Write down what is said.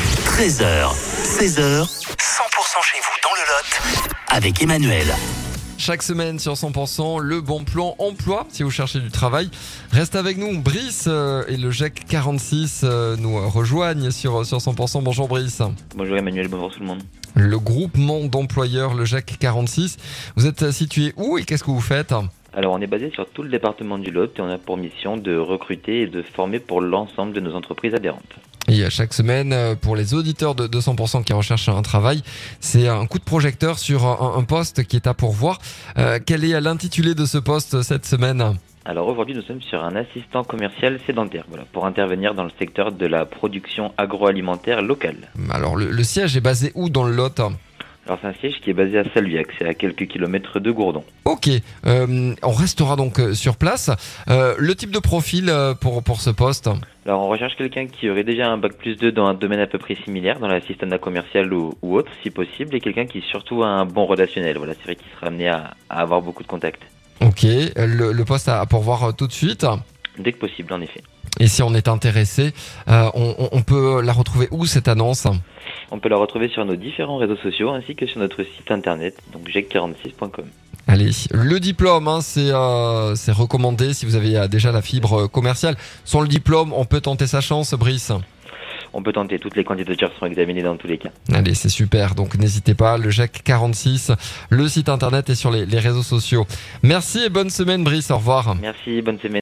13h, 16h, 100% chez vous dans le Lot, avec Emmanuel. Chaque semaine sur 100%, le bon plan emploi, si vous cherchez du travail. Reste avec nous, Brice euh, et le GEC 46 euh, nous euh, rejoignent sur, sur 100%. Bonjour Brice. Bonjour Emmanuel, bonjour tout le monde. Le groupement d'employeurs, le GEC 46, vous êtes euh, situé où et qu'est-ce que vous faites Alors on est basé sur tout le département du Lot et on a pour mission de recruter et de former pour l'ensemble de nos entreprises adhérentes. Et euh, chaque semaine, euh, pour les auditeurs de 200% qui recherchent un travail, c'est un coup de projecteur sur un, un poste qui est à pourvoir. Euh, quel est l'intitulé de ce poste cette semaine Alors aujourd'hui nous sommes sur un assistant commercial sédentaire, voilà, pour intervenir dans le secteur de la production agroalimentaire locale. Alors, le, le siège est basé où dans le Lot Alors c'est un siège qui est basé à Salviac, c'est à quelques kilomètres de Gourdon. Ok, euh, on restera donc euh, sur place. Euh, le type de profil euh, pour, pour ce poste Alors on recherche quelqu'un qui aurait déjà un bac plus 2 dans un domaine à peu près similaire, dans l'assistanat commercial ou, ou autre si possible, et quelqu'un qui surtout a un bon relationnel, voilà, c'est vrai qu'il sera amené à, à avoir beaucoup de contacts. Ok, euh, le, le poste à, à pourvoir euh, tout de suite. Dès que possible en effet. Et si on est intéressé, euh, on, on- on peut la retrouver où cette annonce On peut la retrouver sur nos différents réseaux sociaux ainsi que sur notre site internet, donc jec46.com. Allez, le diplôme, hein, c'est euh, c'est recommandé si vous avez euh, déjà la fibre euh, commerciale. Sans le diplôme, on peut tenter sa chance, Brice. On peut tenter, toutes les candidatures sont examinées dans tous les cas. Allez, c'est super. Donc n'hésitez pas, le E GEC 46, le site internet et sur les, les réseaux sociaux. Merci et bonne semaine, Brice. Au revoir. Merci, bonne semaine.